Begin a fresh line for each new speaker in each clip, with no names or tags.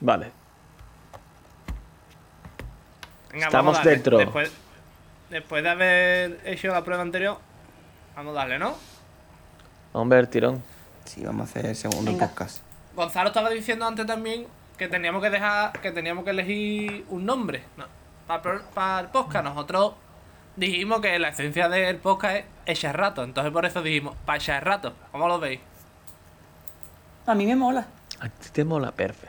Vale.
Venga,
Estamos
vamos a darle.
dentro.
Después, después de haber hecho la prueba anterior, vamos a darle, ¿no?
Vamos a ver el tirón.
Sí, vamos a hacer el segundo
Venga.
podcast.
Gonzalo estaba diciendo antes también que teníamos que dejar, que teníamos que elegir un nombre ¿no? para, pro- para el podcast. Nosotros dijimos que la esencia del podcast es echar rato, entonces por eso dijimos para echar rato. ¿Cómo lo veis?
A mí me mola.
A ti te mola perfe.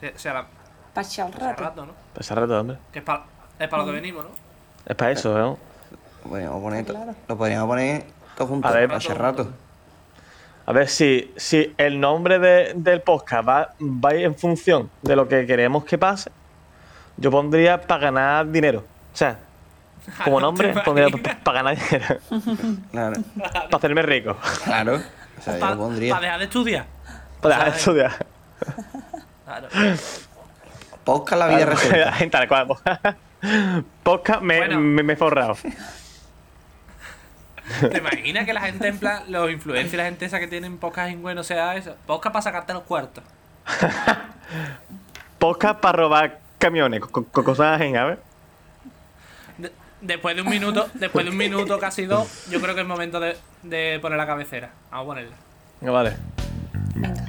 Se, se hará-
Para echar el
se hará
rato.
rato, ¿no?
Pasa rato, hombre.
Que es para, es para lo que venimos, ¿no?
Es para eso, ¿eh?
Podríamos poner to-
Claro.
Lo podríamos poner todo junto.
A ver.
hace rato.
A ver si, si el nombre de- del podcast va, va en función de lo que queremos que pase. Yo pondría para ganar dinero. O sea, como nombre, pondría para ganar dinero.
Claro.
para hacerme rico.
Claro. O sea, yo
Para
lo pondría.
dejar de estudiar.
Para dejar de estudiar.
Claro.
Podcast la vida resuelta.
Tal cual. Podcast me,
Bueno.
me, me he forrado.
¿Te imaginas que la gente en plan, los influencers, la gente esa que tienen podcast en bueno sea eso? Podcast para sacarte los cuartos.
Podcast para robar camiones. co- co- cosas ajenas, a ver.
De- después de un minuto, después de un minuto, casi dos, yo creo que es momento de, de poner la cabecera. Vamos a ponerla.
Venga, Vale.
Venga.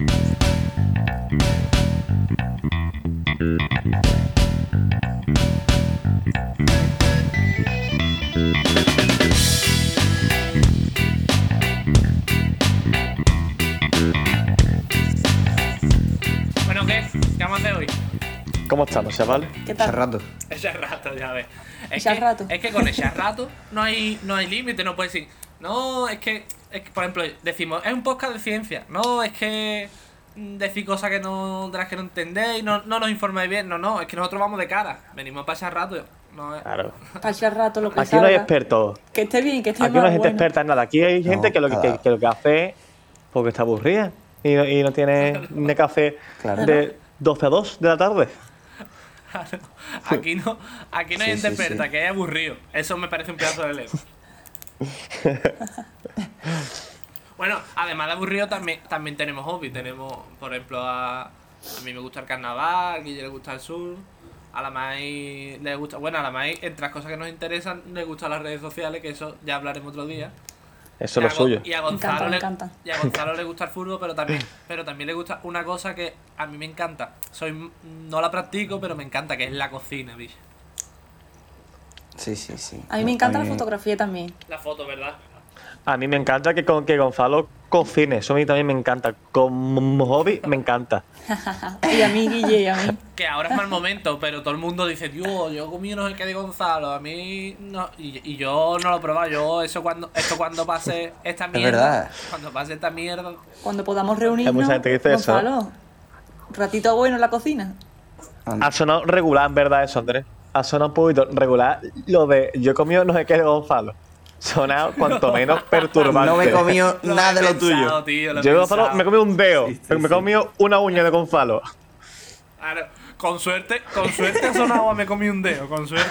Bueno, ¿qué? ¿Qué vamos a hacer hoy?
¿Cómo estamos, chavales?
¿Qué
Hace
tal?
rato.
Echar rato, ya ves. Es
Echar
que,
rato.
Es que con echar rato no hay, no hay límite, no puedes decir. No, es que, es que, por ejemplo, decimos, es un podcast de ciencia. No, es que mm, decir cosas que no, de las que no entendéis, no, no nos informáis bien. No, no, es que nosotros vamos de cara. Venimos para echar rato. No, es-
Claro.
Para echar rato lo que
Aquí no hay
salga.
expertos.
Que esté bien, que esté
Aquí no hay
más
gente
bueno.
experta en nada. Aquí hay gente
No,
que, lo que,
nada.
que lo que hace es porque está aburrida y no, y no tiene ni café
Claro.
de 12 a 2 de la tarde.
Aquí no, aquí no hay
Sí, sí,
gente experta,
sí.
que es aburrido. Eso me parece un pedazo de leo. bueno, además de aburrido también, también tenemos hobby. Tenemos, por ejemplo, a, a mí me gusta el carnaval, a Guille le gusta el sur, a la Mai le gusta... Bueno, a la Mai, entre las cosas que nos interesan, le gustan las redes sociales, que eso ya hablaremos otro día.
Eso
Y
es lo
a Gon-
suyo.
Y a,
Me encanta,
Gonzalo
me
le,
encanta.
y a Gonzalo le gusta el fútbol, pero también, pero también le gusta una cosa que a mí me encanta. Soy, no la practico, pero me encanta, que es la cocina, bicho.
Sí, sí, sí.
A mí me encanta la
mí-
fotografía también.
La foto, ¿verdad?
A mí me encanta que, con, que Gonzalo cocine. Eso a mí también me encanta. Como hobby, me encanta.
Ah, Y a mí, Guille, y a mí.
Que ahora es mal momento, pero todo el mundo dice, Dios, yo comí no sé qué de Gonzalo, a mí no. Y, y yo no lo he probado, yo eso cuando, esto cuando pase esta mierda.
verdad.
Cuando pase esta mierda.
Cuando podamos reunirnos.
mucha gente que dice eso. ¿eh?
Gonzalo, ratito bueno en la cocina.
Anda.
Ha sonado regular, en verdad, eso, Andrés. Ha sonado un poquito regular lo de yo he comido no sé qué de Gonzalo. Sonado cuanto menos perturbante.
No me he comido
Lo
nada de
he
lo
pensado,
tuyo.
tío, lo he
Yo de Gonzalo
pensado.
me he comido un dedo.
Sí, sí,
pero me he
sí.
comido una uña de Gonzalo.
Claro, con suerte, con suerte ha sonado a me comí un dedo, con suerte.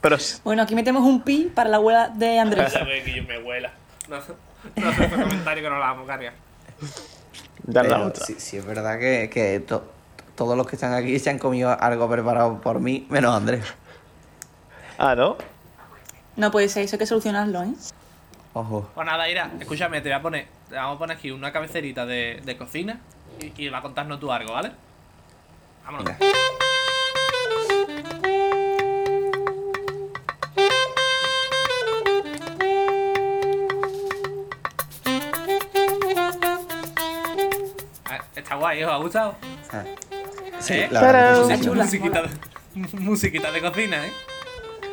Pero
Bueno, aquí metemos un pi para la abuela de Andrés.
Ya ve que yo me huela. No, no hace otro comentario que no la vamos, carga.
dar la
Pero
otra.
Eh, sí, sí, es verdad que, que to- todos los que están aquí se han comido algo preparado por mí, menos Andrés.
Ah, ¿no?
No puede ser, eso hay que solucionarlo, ¿eh?
Ojo.
Pues nada, Ira, escúchame, te voy a poner, te vamos a poner aquí una cabecerita de, de cocina y, y va a contarnos tú algo, ¿vale? Vámonos.
Venga.
Ah, Está guay, ¿os ha gustado?
Ah. Sí,
¿Eh?
la verdad que sí,
Está
sí.
chulo. Chula.
Musiquita de, musiquita de cocina, ¿eh?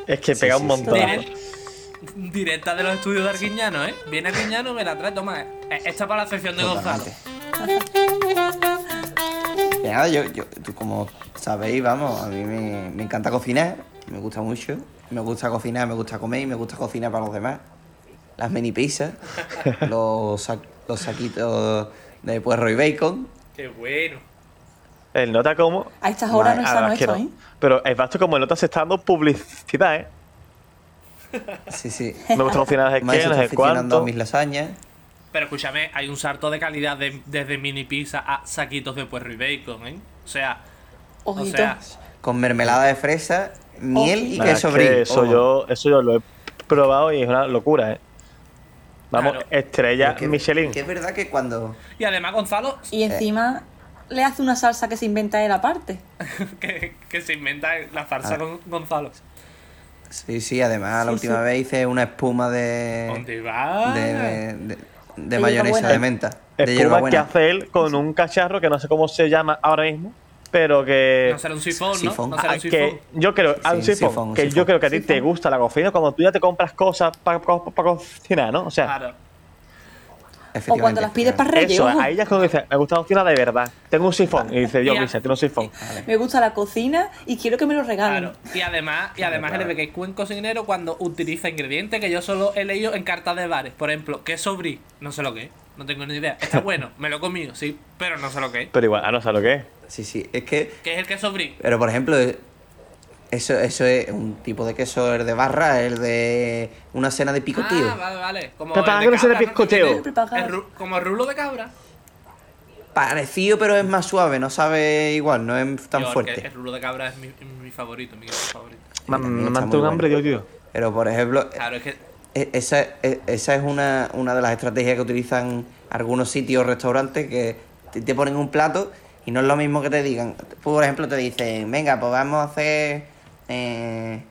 Es que
Sí,
pega
sí,
un
sí.
montón.
Direct- directa de los estudios de Arquiñano, ¿eh? Viene Arquiñano, me la trae, toma. eh, Esta para la sección de Gonzalo.
Totalmente. Y nada, yo, yo, tú como sabéis, vamos, a mí me, me encanta cocinar, me gusta mucho, me gusta cocinar, me gusta comer y me gusta cocinar para los demás. Las mini pizzas, los, sa- los saquitos de puerro y bacon.
Qué bueno.
El nota como.
A estas horas
Ah,
Madre-
no es
la
sano
verdad que
esto,
no.
¿eh?
Pero el vasto como el nota se está dando publicidad, ¿eh?
Sí, sí.
Me gusta cocinar las
Me ha hecho
esquinas, el
aficionando a
cuánto.
mis lasañas.
Pero escúchame, hay un salto de calidad de- desde mini pizza a saquitos de puerro y bacon, ¿eh? O sea, o
Ojito.
sea,
Con mermelada de fresa, miel y
Ojo.
Oh. Nada, es
queso
que
brie.
Eso,
Ojo.
yo, eso yo lo he probado y es una locura, ¿eh? Vamos,
Claro.
estrella
Que-
Michelin.
Que es verdad que cuando.
y además Gonzalo,
eh.
Y encima le hace una salsa que se inventa él aparte.
que, que se inventa la farsa
Ah.
con Gonzalo.
Sí, sí, además la
Sí,
última
sí.
vez hice una espuma de.
¿Dónde va?
De,
Ah.
de, de mayonesa
hierbabuena.
de menta. De
Espuma que
hierbabuena.
hace él con un cacharro que no sé cómo se llama ahora mismo, pero que.
No será un sifón, ¿no?
Sifón.
No
Ah,
será un sifón.
que yo creo, ah, un
Sí,
sifón,
sifón, un
que yo
sifón.
creo que a ti te
Sifón.
gusta la cocina cuando tú ya te compras cosas para cocinar, ¿no? O sea,
Claro.
O cuando
Efectivamente,
las pides para
efectivamente.
Reyes.
eso,
ojo.
ahí ya es cuando dices, me gusta la cocina de verdad. Tengo un sifón. Y dice, yo,
Ya.
Cristian, tiene un sifón.
Me gusta la cocina y quiero que me lo regalen.
Claro. Y además, y además
claro.
el BBQ es buen cocinero cuando utiliza ingredientes que yo solo he leído en cartas de bares. Por ejemplo, queso brie, no sé lo que es, no tengo ni idea. Está bueno, me lo he comido, sí, pero no sé lo que es.
Pero igual, ah, no sé lo que es.
Sí, sí, es que.
¿Qué es el queso brie?
Pero por ejemplo, eh, eso, eso es un tipo de queso, el de barra, el de una cena de picoteo.
Ah, vale, vale. Como
Papá,
el de
grasa de
cabra, ¿no?
picoteo.
Que tiene-
Prepagar.
el ru- Como el rulo de cabra.
Parecido, pero es más suave, no sabe igual, no es tan
Yo, el que-
fuerte.
El rulo de cabra es mi, mi favorito, mi queso favorito.
Me
también
me
está
mantuvo
muy
un hambre,
bueno.
Dios, tío.
Pero por ejemplo,
Claro, es que.
e- esa, e- esa es una, una de las estrategias que utilizan algunos sitios, restaurantes, que te, te ponen un plato y no es lo mismo que te digan. Por ejemplo, te dicen, venga, pues vamos a hacer eh,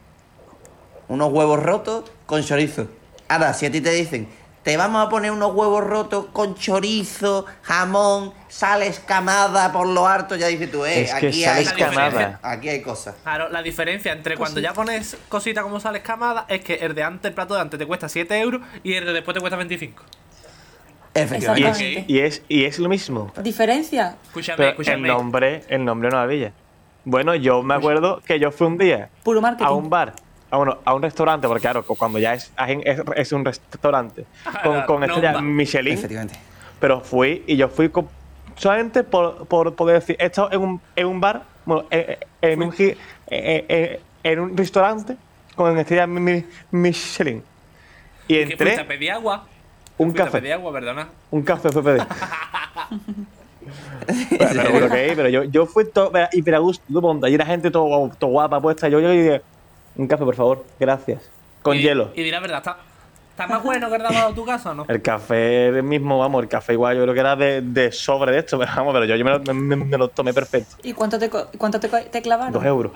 unos huevos rotos con chorizo. Ahora, si a ti te dicen, te vamos a poner unos huevos rotos con chorizo, jamón, sal escamada por lo harto, ya dices tú, eh,
Es que
aquí,
sal
hay
escamada.
aquí hay cosas.
Claro, la diferencia entre cuando ya pones cositas como sales camada es que el de antes, el plato de antes te cuesta 7 euros y el de después te cuesta 25.
Y
Efectivamente.
es,
Exactamente.
y, es, y es lo mismo.
Diferencia.
Escúchame,
Pero el
escúchame.
nombre, el nombre no había. Bueno, yo me acuerdo que yo fui un día
Puro marketing.
a un bar, a, bueno, a un restaurante, porque claro, cuando ya es, es, es un restaurante, con, con
Ah, No,
estrella
va.
Michelin,
Efectivamente.
Pero fui y yo fui con- solamente por, por poder decir, he estado en un, en un bar, bueno, en, en un, gi- en, en- en un restaurante con estrella Mi- Mi- Michelin. Y
Que fuiste a
entré
pedir agua.
un
Fuiste a pedir
café.
agua, perdona.
Un café fue pedir. Bueno, pero, bueno, ok, pero yo, yo fui todo mira, hiper a gusto, todo monta, y la gente todo, guau- todo guapa puesta. Yo, yo dije, un café, por favor, gracias. Con
Y-
hielo.
Y dirá verdad, ¿está, está más bueno que el dado a tu casa o no?
El café mismo, vamos, el café igual yo creo que era de, de sobre de esto, pero vamos, pero yo, yo me, lo, me- me lo tomé perfecto.
¿Y cuánto te, co- cuánto te, co- te clavaron?
Dos euros.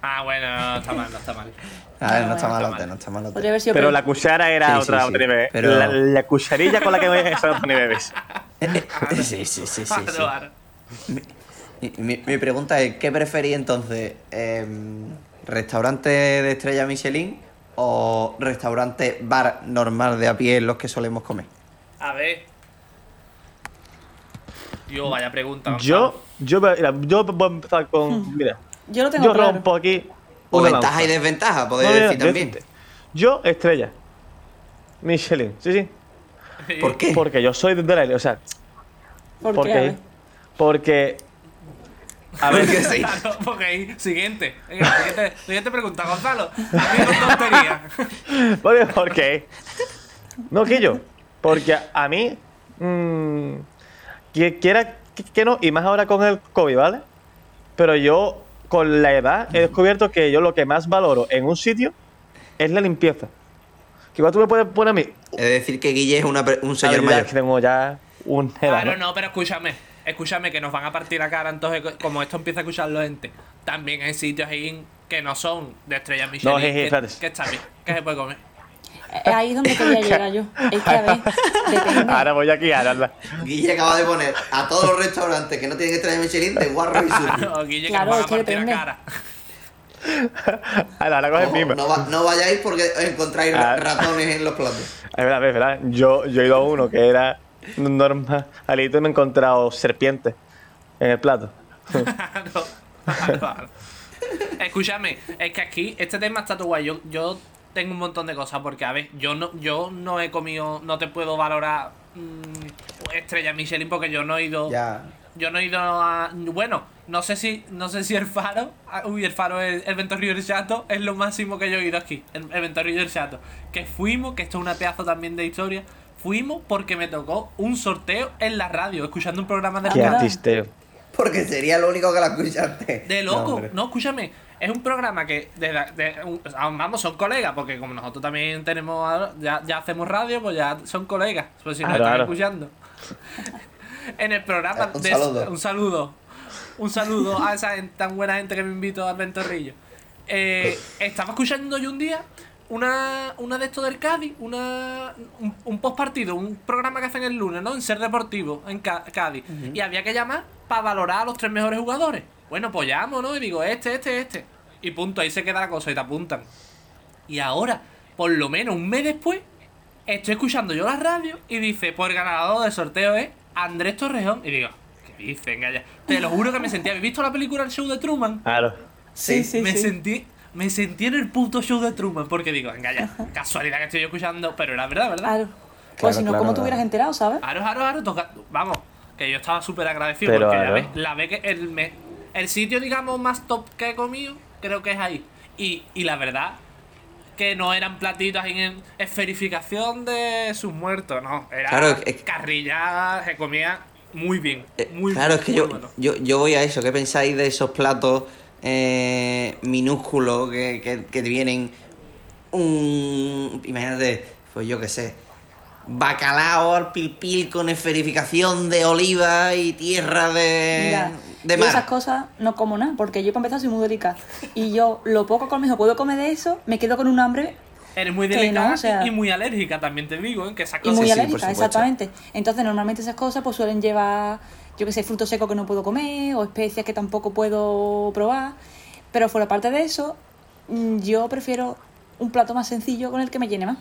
Ah, bueno, no está mal, no está mal.
A ver, no está
No
malote, no está malote.
Podría haber sido
Pero
peor.
la cuchara era
Sí, sí,
otra,
sí,
otra nivel. ¿eh?
pero-
La, la cucharilla con la que me esa otra nivel, ¿ves?
Eh, sí, sí, sí, sí, sí.
Claro, claro.
Mi, mi- mi pregunta es, ¿qué preferí entonces? em, ¿Restaurante de estrella Michelin o restaurante bar normal de a pie en los que solemos comer?
A ver. Yo, vaya pregunta. Gonzalo.
Yo, yo, voy- mira, yo voy a empezar con. Mira,
Yo Hmm. lo tengo
yo
claro.
rompo aquí.
O
una
ventaja
lanza.
y desventaja,
No,
podéis
mira,
decir
yo-
también.
Yo, estrella. Michelin, sí, sí.
¿Por qué?
Porque yo soy de la élite, o sea,
¿Por qué? A
porque.
ver.
Porque. A ver,
Porque sí.
Claro, porque ahí, siguiente. Venga, siguiente, siguiente pregunta, Gonzalo. A mí con tontería.
porque, porque- No, Quillo. Porque a, a mí. mm, que- quiera que, que no, y más ahora con el COVID, ¿vale? Pero yo, con la edad, he descubierto que yo lo que más valoro en un sitio es la limpieza. Que igual tú me puedes poner a mí.
Es decir, que Guille es una per- un señor
habilidades
mayor.
que tengo ya un edad.
Claro,
Ah, ¿no?
no, pero escúchame. Escúchame que nos van a partir la cara, entonces co- como esto empieza a escuchar los entes, también hay sitios ahí que no son de estrellas Michelin.
No, je, je,
que-
espérate.
que está bien, que se puede comer.
Eh, Ahí es donde quería llegar yo. Es que a ver, depende.
Ahora voy aquí, ahora. la-
Guille acaba de poner a todos los restaurantes que no tienen estrella Michelin de guarro y sucio.
Claro, Oh, Guille, que
Claro,
nos van
es
a
que
partir la
depende.
cara.
Ahora, ahora coge
Ojo,
mimo.
no, va- no vayáis porque os encontráis ra-
Ah.
ratones en los platos.
Es verdad, es verdad. Yo, yo he ido a uno que era normal. Alito y me he encontrado serpientes en el plato.
Claro, claro. Escúchame, es que aquí este tema está todo guay. Yo, yo tengo un montón de cosas porque, a ver, yo no, yo no he comido, no te puedo valorar mm, estrella Michelin porque yo no he ido.
Ya.
Yo no he ido a. Bueno, no sé si. No sé si el faro. ah, Uy, el faro, el, el Ventorrillo del Chato es lo máximo que yo he ido aquí. El, el Ventorrillo del Chato. Que fuimos, que esto es una pedazo también de historia. fuimos porque me tocó un sorteo en la radio, escuchando un programa de
Qué
radio.
artisteo.
Porque sería lo único que la escuchaste.
De loco,
hombre.
no, escúchame. Es un programa que, de, la- de- un- o sea, vamos, son colegas, porque como nosotros también tenemos, ahora- ya, ya hacemos radio, pues ya son colegas, pues si nos
Claro,
están
claro.
escuchando. en el programa,
Eh, un
de-
saludo.
un saludo, un saludo a esa gen- tan buena gente que me invitó al ventorrillo. Eh, estaba escuchando yo un día una, una de estos del Cádiz, una, un, un post partido, un programa que hacen el lunes, ¿no? En Ser Deportivo, en Ca- Cádiz. Y había que llamar para valorar a los tres mejores jugadores. Bueno, pues llamo, ¿no? Y digo, este, este, este. Y punto, ahí se queda la cosa y te apuntan. Y ahora, por lo menos un mes después, estoy escuchando yo la radio y dice, pues el ganador del sorteo es Andrés Torrejón. Y digo, ¿qué dicen, galla? Te lo juro que me sentía. ¿Habéis visto la película El Show de Truman?
Claro.
Sí,
sí,
me
sí.
sentí me sentí en el puto show de Truman porque digo, venga ya, casualidad que estoy escuchando, pero era verdad, ¿verdad?
Claro. pues si no,
claro,
¿cómo te
claro.
hubieras enterado, sabes?
Aro, aro, aro, toca- vamos, que yo estaba súper agradecido
Pero,
porque la
aro.
vez, la vez que el, me- el sitio, digamos, más top que he comido, creo que es ahí. Y, y la verdad que no eran platitos en esferificación de sus muertos, no, era
Claro, es que-
carrillada, se comía muy bien,
Eh,
muy
claro, es que
muy
yo,
bueno.
yo, yo voy a eso. ¿Qué pensáis de esos platos eh, minúsculos que, que, que te vienen un... Imagínate, pues yo qué sé. Bacalao al pilpil con esferificación de oliva y tierra de,
Mira,
Eh, de
yo
mar.
esas cosas no como nada, porque yo para empezar soy muy delicada. Y yo lo poco conmigo puedo comer de eso, me quedo con un hambre
Eres muy
que no,
delicada
o sea-
y muy alérgica, también te digo, ¿eh? que esas
y
cosas
muy
sí, por
alérgica,
supuesto.
exactamente. Entonces normalmente esas cosas pues suelen llevar, yo que sé, frutos secos que no puedo comer o especias que tampoco puedo probar. Pero fuera parte de eso, mm, yo prefiero un plato más sencillo con el que me llene más.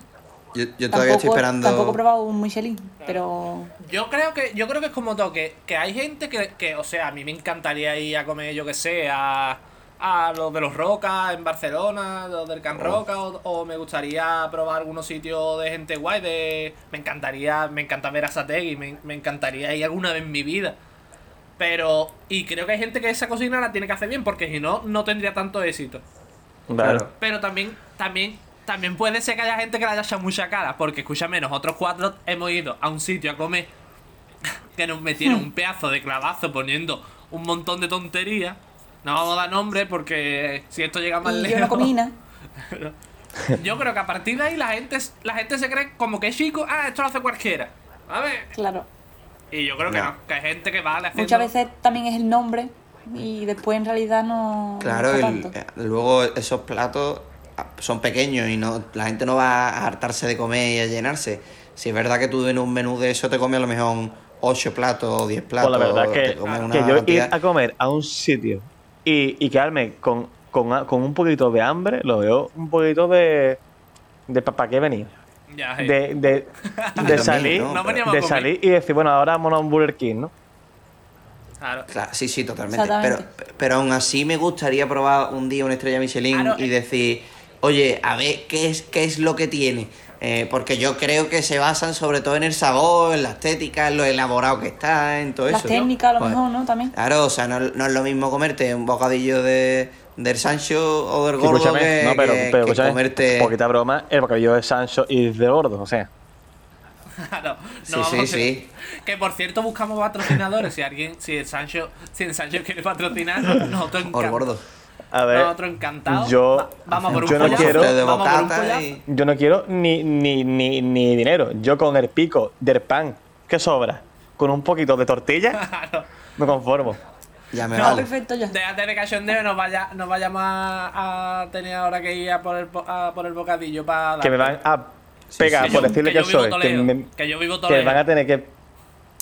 Yo, yo todavía estoy
Tampoco-
esperando...
Tampoco he probado un Michelin, pero...
Yo creo que, yo creo que es como todo, que, que hay gente que, que, o sea, a mí me encantaría ir a comer, yo que sé, a, a los de los Roca en Barcelona, los del Can Roca, o, o me gustaría probar algunos sitios de gente guay, de. Me encantaría, me encanta ver a Sategui, me, me encantaría ir alguna vez en mi vida. Pero, y creo que hay gente que esa cocina la tiene que hacer bien, porque si no, no tendría tanto éxito.
Claro.
Pero también, también, también puede ser que haya gente que le haya echado mucha cara. Porque escúchame, nosotros cuatro hemos ido a un sitio a comer que nos metieron
Hmm.
un pedazo de clavazo poniendo un montón de tonterías. No vamos a dar nombre porque si esto llega más
Y
lejos.
yo no comí nada.
Yo creo que a partir de ahí la gente, la gente se cree como que es chico, ah, esto lo hace cualquiera. A ver.
Claro.
Y yo creo que
No.
no, que hay gente que vale haciendo.
Muchas veces también es el nombre y después en realidad no...
Claro,
no está
el-
tanto.
eh, luego esos platos ah, son pequeños y no la gente no va a hartarse de comer y a llenarse. Si es verdad que tú en un menú de eso te comes a lo mejor 8 platos o 10
Pues
platos.
la verdad que,
te comes una
que yo ir
cantidad-
a comer a un sitio y, y quedarme con, con, a- con un poquito de hambre, lo veo un poquito de. de para qué venir.
Ya, sí.
De, de, de
también,
salir.
¿no?
No veníamos
De
a comer.
salir y decir, bueno, ahora vamos a un Burger King, ¿no?
Claro.
Claro, sí, sí, totalmente. Pero,
Exactamente.
pero aún así me gustaría probar un día una estrella Michelin
Claro,
y
eh.
decir, oye, a ver qué es, qué es lo que tiene. Eh, porque yo creo que se basan sobre todo en el sabor, en la estética, en lo elaborado que está, en todo
Las
eso.
técnicas a lo
Pues,
mejor, ¿no? También.
Claro, o sea, no, no es lo mismo comerte un bocadillo de, del Sancho o del Gordo
escúchame,
que,
no, pero,
que-
pero
que
escúchame,
comerte...
poquita broma, el bocadillo de Sancho y de gordo, o sea.
Claro,
Sí,
Ah, no vamos
sí,
a-
sí.
Que por cierto buscamos patrocinadores. si alguien, si el Sancho, si el Sancho quiere patrocinar, nosotros,
O el
encan-
Gordo.
A ver,
nosotros encantados.
yo-
Va- vamos a por un
yo no
pollazo,
quiero-
de
vamos a por un
bocata
pollazo.
y...
yo no quiero ni, ni, ni, ni dinero. Yo con el pico del pan que sobra, con un poquito de tortilla,
Claro.
me conformo.
Ya me
Ah,
vale.
perfecto ya.
Déjate Ah, de cachondeo, nos, vaya, nos vayamos a, a tener ahora que ir a por el, bo- a por el bocadillo para.
que me van a pegar
sí,
por
yo-
decirle
que
que,
yo vivo
soy. Que,
Toledo,
me-
que yo vivo
que me van
Toledo.
a tener que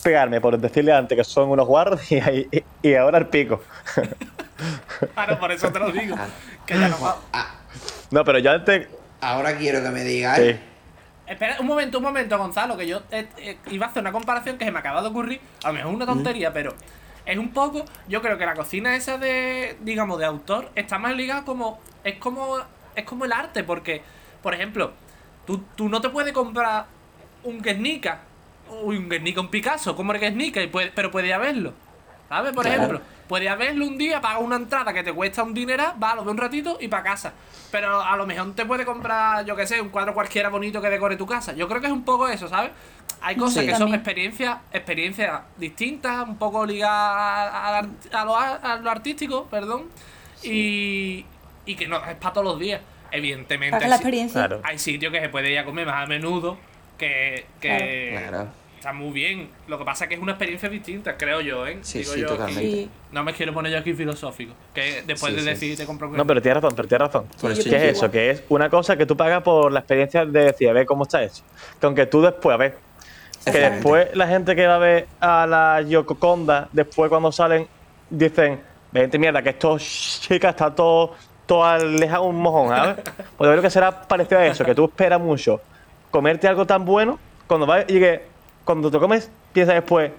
pegarme por decirle antes que son unos guardias y, y- y ahora el pico.
Claro, por eso te lo digo.
Ah.
Que ya nos va-
No, pero yo antes.
Ahora quiero que me digas...
Sí.
Espera, un momento, un momento, Gonzalo, que yo eh, eh, iba a hacer una comparación que se me acaba de ocurrir. A lo mejor es una tontería, pero es un poco. Yo creo que la cocina esa de, digamos, de autor está más ligada como. Es como. Es como el arte, porque, por ejemplo, tú, tú no te puedes comprar un Guernica. Uy, un Guernica, un Picasso, como el Guernica, y puede- pero puede haberlo. ¿Sabes? Por
Claro.
ejemplo, puede haberlo un día, paga una entrada que te cuesta un dineral, va, lo ve un ratito y para casa. Pero a lo mejor te puede comprar, yo qué sé, un cuadro cualquiera bonito que decore tu casa. Yo creo que es un poco eso, ¿sabes? Hay cosas
Sí.
que son
También.
experiencias experiencias distintas, un poco ligadas a, a- a lo, a- a lo artístico, perdón, y, y que no es para todos los días. Evidentemente,
Paga la
hay si-
experiencia.
Claro.
hay sitios que se puede ir a comer más a menudo, que, que
Claro.
está muy bien. Lo que pasa es que es una experiencia distinta, creo yo, ¿eh?
Sí,
Digo
sí,
yo,
totalmente.
Sí.
No me quiero poner yo aquí filosófico, que después
Sí,
de
sí.
decir te compro un
No, pero tienes razón, pero tienes razón.
Por
Sí, yo
eso
¿Qué
yo-
es eso? Que es una cosa que tú pagas por la experiencia de decir, a ver cómo está hecho. Que aunque tú después, a ver, que
Exactamente.
después la gente que va a ver a la Yococonda, después cuando salen, dicen, vente mierda, que esto, chica, está todo, todo aleja un mojón, ¿sabes? Pues yo creo que será parecido a eso, que tú esperas mucho comerte algo tan bueno, cuando vas y que cuando te lo comes, piensas después,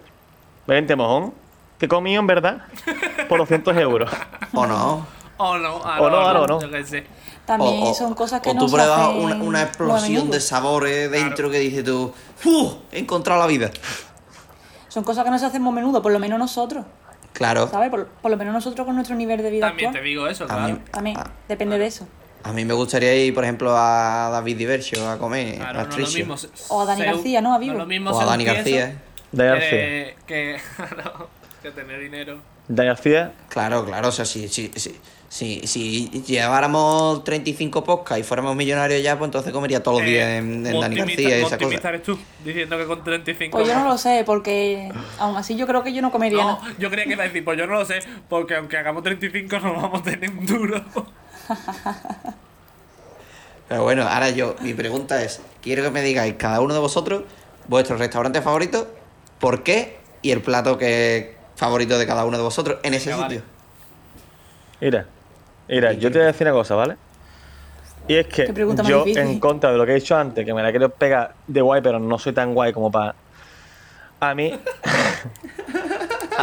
vente mojón, que he comido en verdad por 200 euros.
O no.
O no, ah,
O no, ah, no, no.
yo qué sé.
También
o, o-
son cosas que
o
no
tú
se
pruebas
hacen
una, una
muy a
explosión
menudo.
de sabores dentro que dices tú, ¡Uf! He encontrado la vida.
Son cosas que no se hacen muy a menudo, por lo menos nosotros,
Claro.
¿sabes? Por, por lo menos nosotros con nuestro nivel de vida
También te
actual.
digo eso,
También.
claro.
También,
Ah.
depende de eso.
A mí me gustaría ir, por ejemplo, a David Diversio a comer.
Claro,
a
no es
Tricio.
lo mismo.
O a Dani
ser un-
García, ¿no? A Vivo.
es lo mismo
O a
ser un
Dani
tieso
García.
Dani García.
Que, que, no, que tener dinero.
Dani García,
Claro, claro. O sea, si, si, si, si, si lleváramos 35 podcasts y fuéramos millonarios ya, pues entonces comería todos los días
Eh,
en, en
muy optimista-
Dani García
muy
y esas
optimista
cosas.
eres tú, diciendo que con 35...
Pues yo no lo sé, porque aún así yo creo que yo no comería
No,
nada.
yo creía que iba a decir, pues yo no lo sé, porque aunque hagamos 35 no vamos a tener un duro.
Pero bueno, ahora yo, mi pregunta es, quiero que me digáis cada uno de vosotros vuestro restaurante favorito, por qué y el plato que favorito de cada uno de vosotros en ese
Venga, vale.
sitio.
Mira, mira, yo te voy a decir una cosa, ¿vale? Y es que
Qué pregunta más
yo,
difícil.
en contra de lo que he dicho antes, que me la quiero pegar de guay, pero no soy tan guay como para. A mí.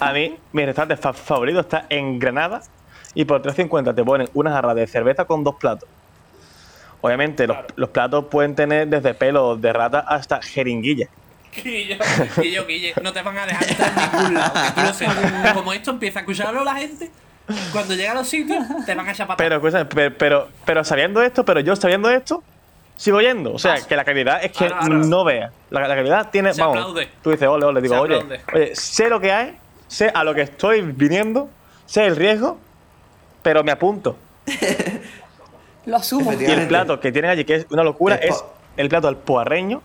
a mí, mi restaurante fa- favorito está en Granada y por 3.50 te ponen una jarra de cerveza con dos platos. Obviamente, los, los platos pueden tener desde pelos de rata hasta jeringuillas.
Guillo, Guillo, Guille, no te van a dejar entrar en ningún lado, que tú lo sepas. Como esto empieza a escucharlo la gente, cuando llega a los sitios te van a echar
Pero,
patadas.
escúchame, pero, pero, pero sabiendo esto, pero yo sabiendo esto, sigo yendo. O sea, que la calidad es que
Ah, Ahora, ahora.
no vea. La, la calidad tiene.
Se
vamos,
aplaude.
tú dices, ole, ole, digo,
Se
oye,
aplaude.
oye, sé lo que hay, sé a lo que estoy viniendo, sé el riesgo, pero me apunto.
Lo asumo.
Y el
Efectivamente.
plato que tienen allí, que es una locura,
El po-
es el plato al poarreño,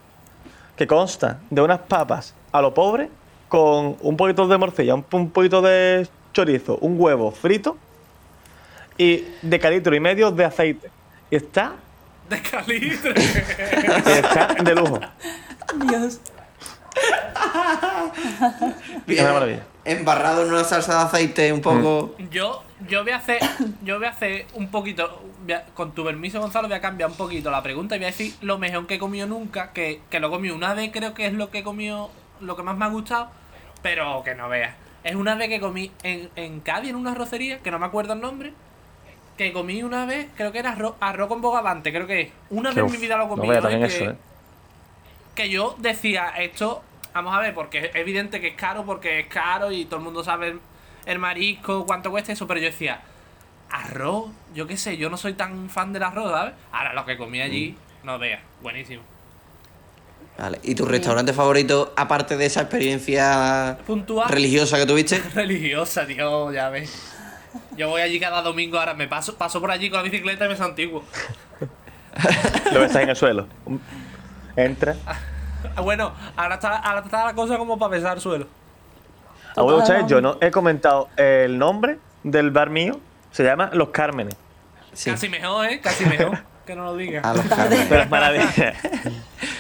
que consta de unas papas a lo pobre, con un poquito de morcilla, un, un poquito de chorizo, un huevo frito y de calitro y medio de aceite. Y está,
De calitre.
y está de lujo.
Dios.
Es una maravilla.
Embarrado en una salsa de aceite un poco...
Yo, yo voy a hacer, yo voy a hacer un poquito, voy a- con tu permiso Gonzalo, voy a cambiar un poquito la pregunta y voy a decir lo mejor que he comido nunca, que, que lo comí una vez, creo que es lo que he comido, lo que más me ha gustado, pero que no veas. Es una vez que comí en, en Cádiz, en una arrocería, que no me acuerdo el nombre, que comí una vez, creo que era arroz, arroz con bogavante, creo que es. Una vez en mi vida lo comí.
no vea
¿no?
también
Y
eso,
que-
¿eh?
que yo decía esto, vamos a ver, porque es evidente que es caro, porque es caro y todo el mundo sabe el, el marisco, cuánto cuesta eso, pero yo decía, arroz, yo qué sé, yo no soy tan fan del arroz, ¿sabes? Ahora lo que comí allí,
Mm.
no veas, buenísimo. Mm.
Vale, ¿y tu restaurante favorito, aparte de esa experiencia
Puntual.
religiosa que tuviste?
Religiosa, tío, ya ves. Yo voy allí cada domingo, ahora me paso, paso por allí con la bicicleta y me santiguo.
Lo que está en el suelo. Entra.
Ah, Bueno, ahora está, ahora está la cosa como para besar suelo.
Ah, bueno,
Total,
¿sabes? Yo no he comentado el nombre del bar mío. Se llama Los Cármenes.
Sí.
Casi mejor, ¿eh? Casi mejor. que no lo digas.
Ah,
A los carnes.
Pero es maravilloso.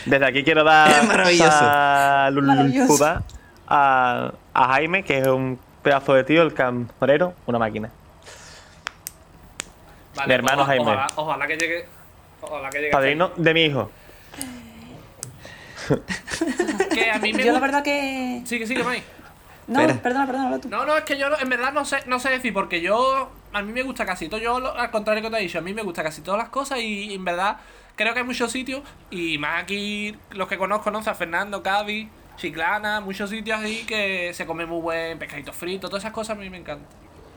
Desde aquí quiero dar
Es maravilloso.
salud
Maravilloso.
Cuba a, a Jaime, que es un pedazo de tío, el camarero, una máquina. mi hermano
ojalá-
Jaime.
Ojalá, ojalá que llegue. Ojalá que llegue.
Padrino de mi hijo.
Que a mí me
Yo la
gusta-
verdad que...
Sigue, sigue, Mike.
No,
Espera.
perdona, perdona, habla tú.
No, no, es que yo no- en verdad no sé, no sé decir, porque yo. A mí me gusta casi todo. Yo, lo- al contrario que te he dicho, a mí me gusta casi todas las cosas y en verdad creo que hay muchos sitios. Y más aquí, los que conozco, ¿no? San Fernando, Cavi, Chiclana, muchos sitios ahí que se come muy buen pescadito frito, todas esas cosas a mí me encantan.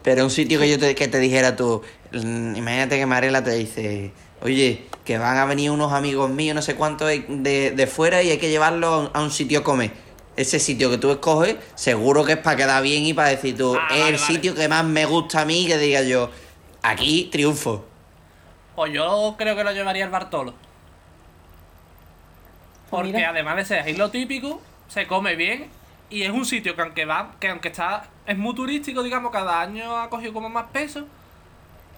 Pero un sitio que yo te, que te dijera tú, mm, imagínate que Marela te dice, oye, que van a venir unos amigos míos, no sé cuántos, de, de- de fuera y hay que llevarlos a un- a un sitio a comer. Ese sitio que tú escoges, seguro que es para quedar bien y para decir tú,
Ah,
es
vale,
el
vale.
sitio que más me gusta a mí, que diga yo, aquí triunfo.
O yo creo que lo llevaría el Bartolo. Porque
Pues mira.
además de ser ahí lo típico, se come bien y es un sitio que aunque va, que aunque está, es muy turístico, digamos, cada año ha cogido como más peso,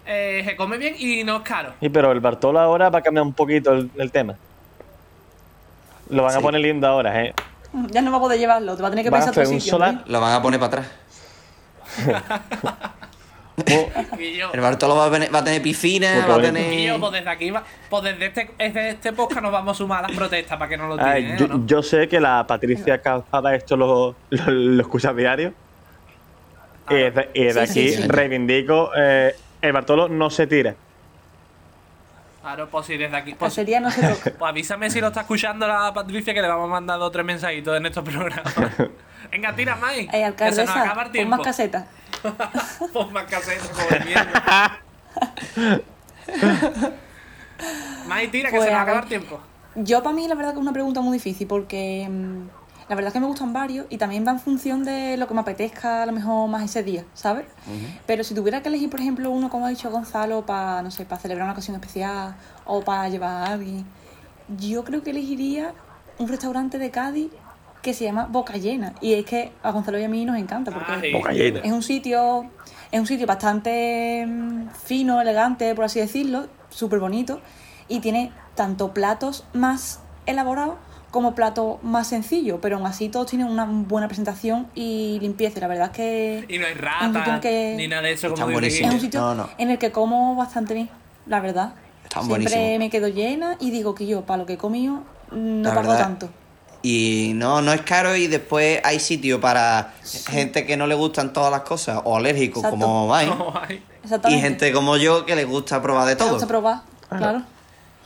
eh, se come bien y no es caro.
Y pero el Bartolo ahora va a cambiar un poquito el, el tema. Lo van a
Sí.
poner lindo ahora, ¿eh?
Ya no va a poder llevarlo, te va a tener que
Van a
pensar otro
hacer un
sitio. ¿eh?
solar.
hombre.
Lo van a poner para atrás.
Mu-
Y yo,
El Bartolo va a, ven- va a tener piscina,
Porque
va a
bonito.
y yo,
tener...
pues desde aquí, va- pues desde este, desde este podcast nos vamos a sumar a las protestas para que no lo
Ah,
tiren, ¿eh?
yo,
¿O no?
yo sé que la Patricia Calzada esto lo, lo, lo escucha diario. Y de, y de
Sí,
aquí
sí, sí.
reivindico, eh, el Bartolo no se tira.
Claro, pues sí, desde aquí. Pues,
Cacería no eh, se toca.
pues avísame si lo está escuchando la Patricia que le vamos mandando tres mensajitos en estos programas. Venga, tira, Mike. que se
Eh,
nos
alcaldesa,
acaba el
pon
tiempo.
más casetas.
Pon más casetas, como de mierda. Mike, tira, que
Pues,
se nos
a
acaba
ver.
el tiempo.
Yo para mí la verdad que es una pregunta muy difícil porque mm, la verdad es que me gustan varios y también va en función de lo que me apetezca a lo mejor más ese día, ¿sabes? Pero si tuviera que elegir, por ejemplo, uno como ha dicho Gonzalo para, no sé, para celebrar una ocasión especial o para llevar a alguien, yo creo que elegiría un restaurante de Cádiz que se llama Boca Llena y es que a Gonzalo y a mí nos encanta porque
Ay.
Boca llena.
es un sitio, es un sitio bastante mm, fino, elegante, por así decirlo, súper bonito. Y tiene tanto platos más elaborados como platos más sencillos, pero aún así todos tienen una buena presentación y limpieza. y La verdad es que
Y no hay
Un sitio
ratas,
en que-
ni nada de eso.
Están
Como dice
buenísimos.
es un
Guille.
sitio
No, no.
en el que como bastante bien, la verdad.
Están
Siempre
buenísimos.
me quedo llena y digo que yo, para lo que he comido, no
La
pago
verdad.
tanto.
Y no, no es caro y después hay sitio para gente que no le gustan todas las cosas o alérgicos
Exacto.
como Mike.
No hay.
Y
Exactamente.
gente como yo que le gusta probar de todo.
Vamos a probar, claro.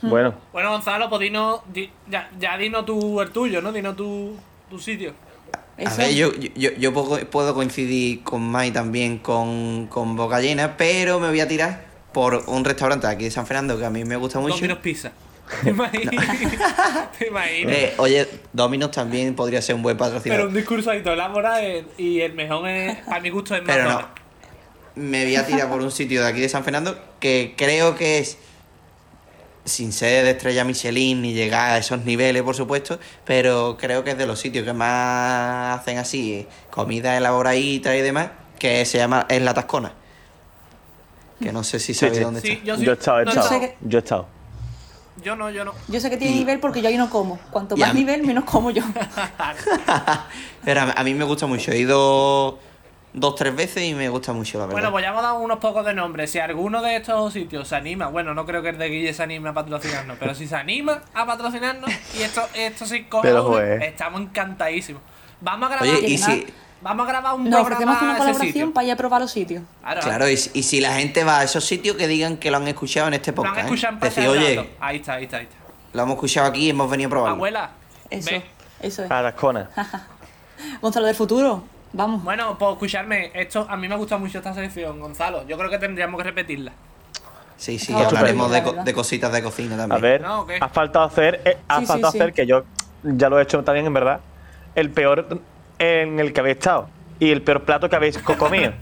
Hmm.
Bueno,
Bueno, Gonzalo, pues dinos, di- ya, ya dinos tú el tuyo, ¿no? Dinos tu, tu sitio.
A
Eso.
ver, yo, yo, yo puedo, puedo coincidir con Mai también con, con Boca Llena, pero me voy a tirar por un restaurante aquí de San Fernando que a mí me gusta mucho.
Domino's Pizza. ¿Te imaginas? ¿Te imaginas?
Eh, oye, Dominos también podría ser un buen patrocinador.
Pero un discurso ahí todo elaborado en- y el mejor es, a mi gusto, es
Pero no.
McDonald's.
Me voy a tirar por un sitio de aquí de San Fernando que creo que es. Sin ser de estrella Michelin ni llegar a esos niveles, por supuesto, pero creo que es de los sitios que más hacen así, eh, comida elaboradita y demás, que se llama Es La Tascona. Que no sé si sabéis
sí.
dónde
Sí,
está.
yo, sí-
yo he estado, he
no,
estado.
sé que-
Yo he estado.
Yo no, yo no.
Yo sé que tiene
Y-
nivel porque yo ahí no como. Cuanto
Y a
más
mí-
nivel, menos como yo.
Pero a, a mí me gusta mucho. He ido dos, tres veces y me gusta mucho, la verdad.
Bueno, pues ya hemos dado unos pocos de nombres. Si alguno de estos sitios se anima, bueno, no creo que el de Guille se anime a patrocinarnos, pero si se anima a patrocinarnos y esto, esto se coge,
Pero,
auge,
joder.
estamos encantadísimos. Vamos a grabar,
Oye, y
nada.
si,
vamos a grabar un
Nos
programa
ofrecemos una
a ese sitio.
colaboración para ir a probar los sitios.
Claro,
Claro, y, si- y si la gente va a esos sitios que digan que lo han escuchado en este
lo han
podcast. ¿eh?
escuchado en
Decir,
pasado
oye,
Ahí está, ahí está, ahí está.
lo hemos escuchado aquí y hemos venido a probarlo.
Abuela,
Eso,
ve.
eso es.
A Tascona.
Ah, Gonzalo del futuro, vamos.
Bueno, pues escucharme, esto, a mí me ha gustado mucho esta sección, Gonzalo. Yo creo que tendríamos que repetirla.
Sí, sí,
Ah,
hablaremos de,
estupendo.
co- de cositas de cocina también.
A ver,
No, ¿o qué?
ha faltado hacer, eh, ha
Ah, Sí, sí,
faltado
sí.
hacer que yo ya lo he hecho también en verdad, el peor en el que habéis estado y el peor plato que habéis co- comido.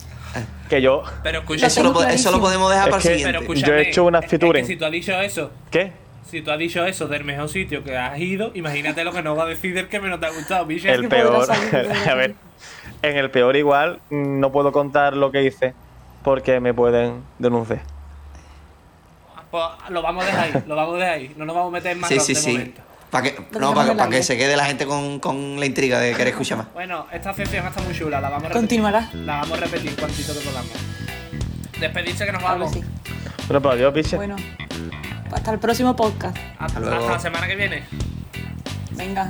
que yo,
Pero escucha,
Eso lo, po-
tengo
eso lo
clarísimo.
podemos dejar
Es
para el
que-
pero
siguiente.
escúchame,
Yo he hecho una
es- es que
featuring.
Si tú has dicho eso,
¿qué?
Si tú has dicho eso del mejor sitio que has ido, imagínate lo que nos va a decir del que menos te ha gustado, bicho.
El
que podrá
peor,
salir, podrá
a ver, en el peor igual mm, no puedo contar lo que hice porque me pueden denunciar.
Pues lo vamos a dejar ahí, lo vamos a dejar ahí. No nos vamos a meter en más
Sí, sí,
de
sí.
momento.
Para que, no,
dejamos
para,
en el
que
aire.
se quede la gente con, con la intriga de querer escuchar más.
Bueno, esta sección está muy chula, la vamos a repetir.
Continuará.
La vamos a repetir cuantito que podamos. Despedirse que nos
Ahora
vamos.
sí.
Bueno, pues adiós, piche.
Bueno, hasta el próximo podcast.
Hasta,
luego.
hasta la semana que viene.
Venga.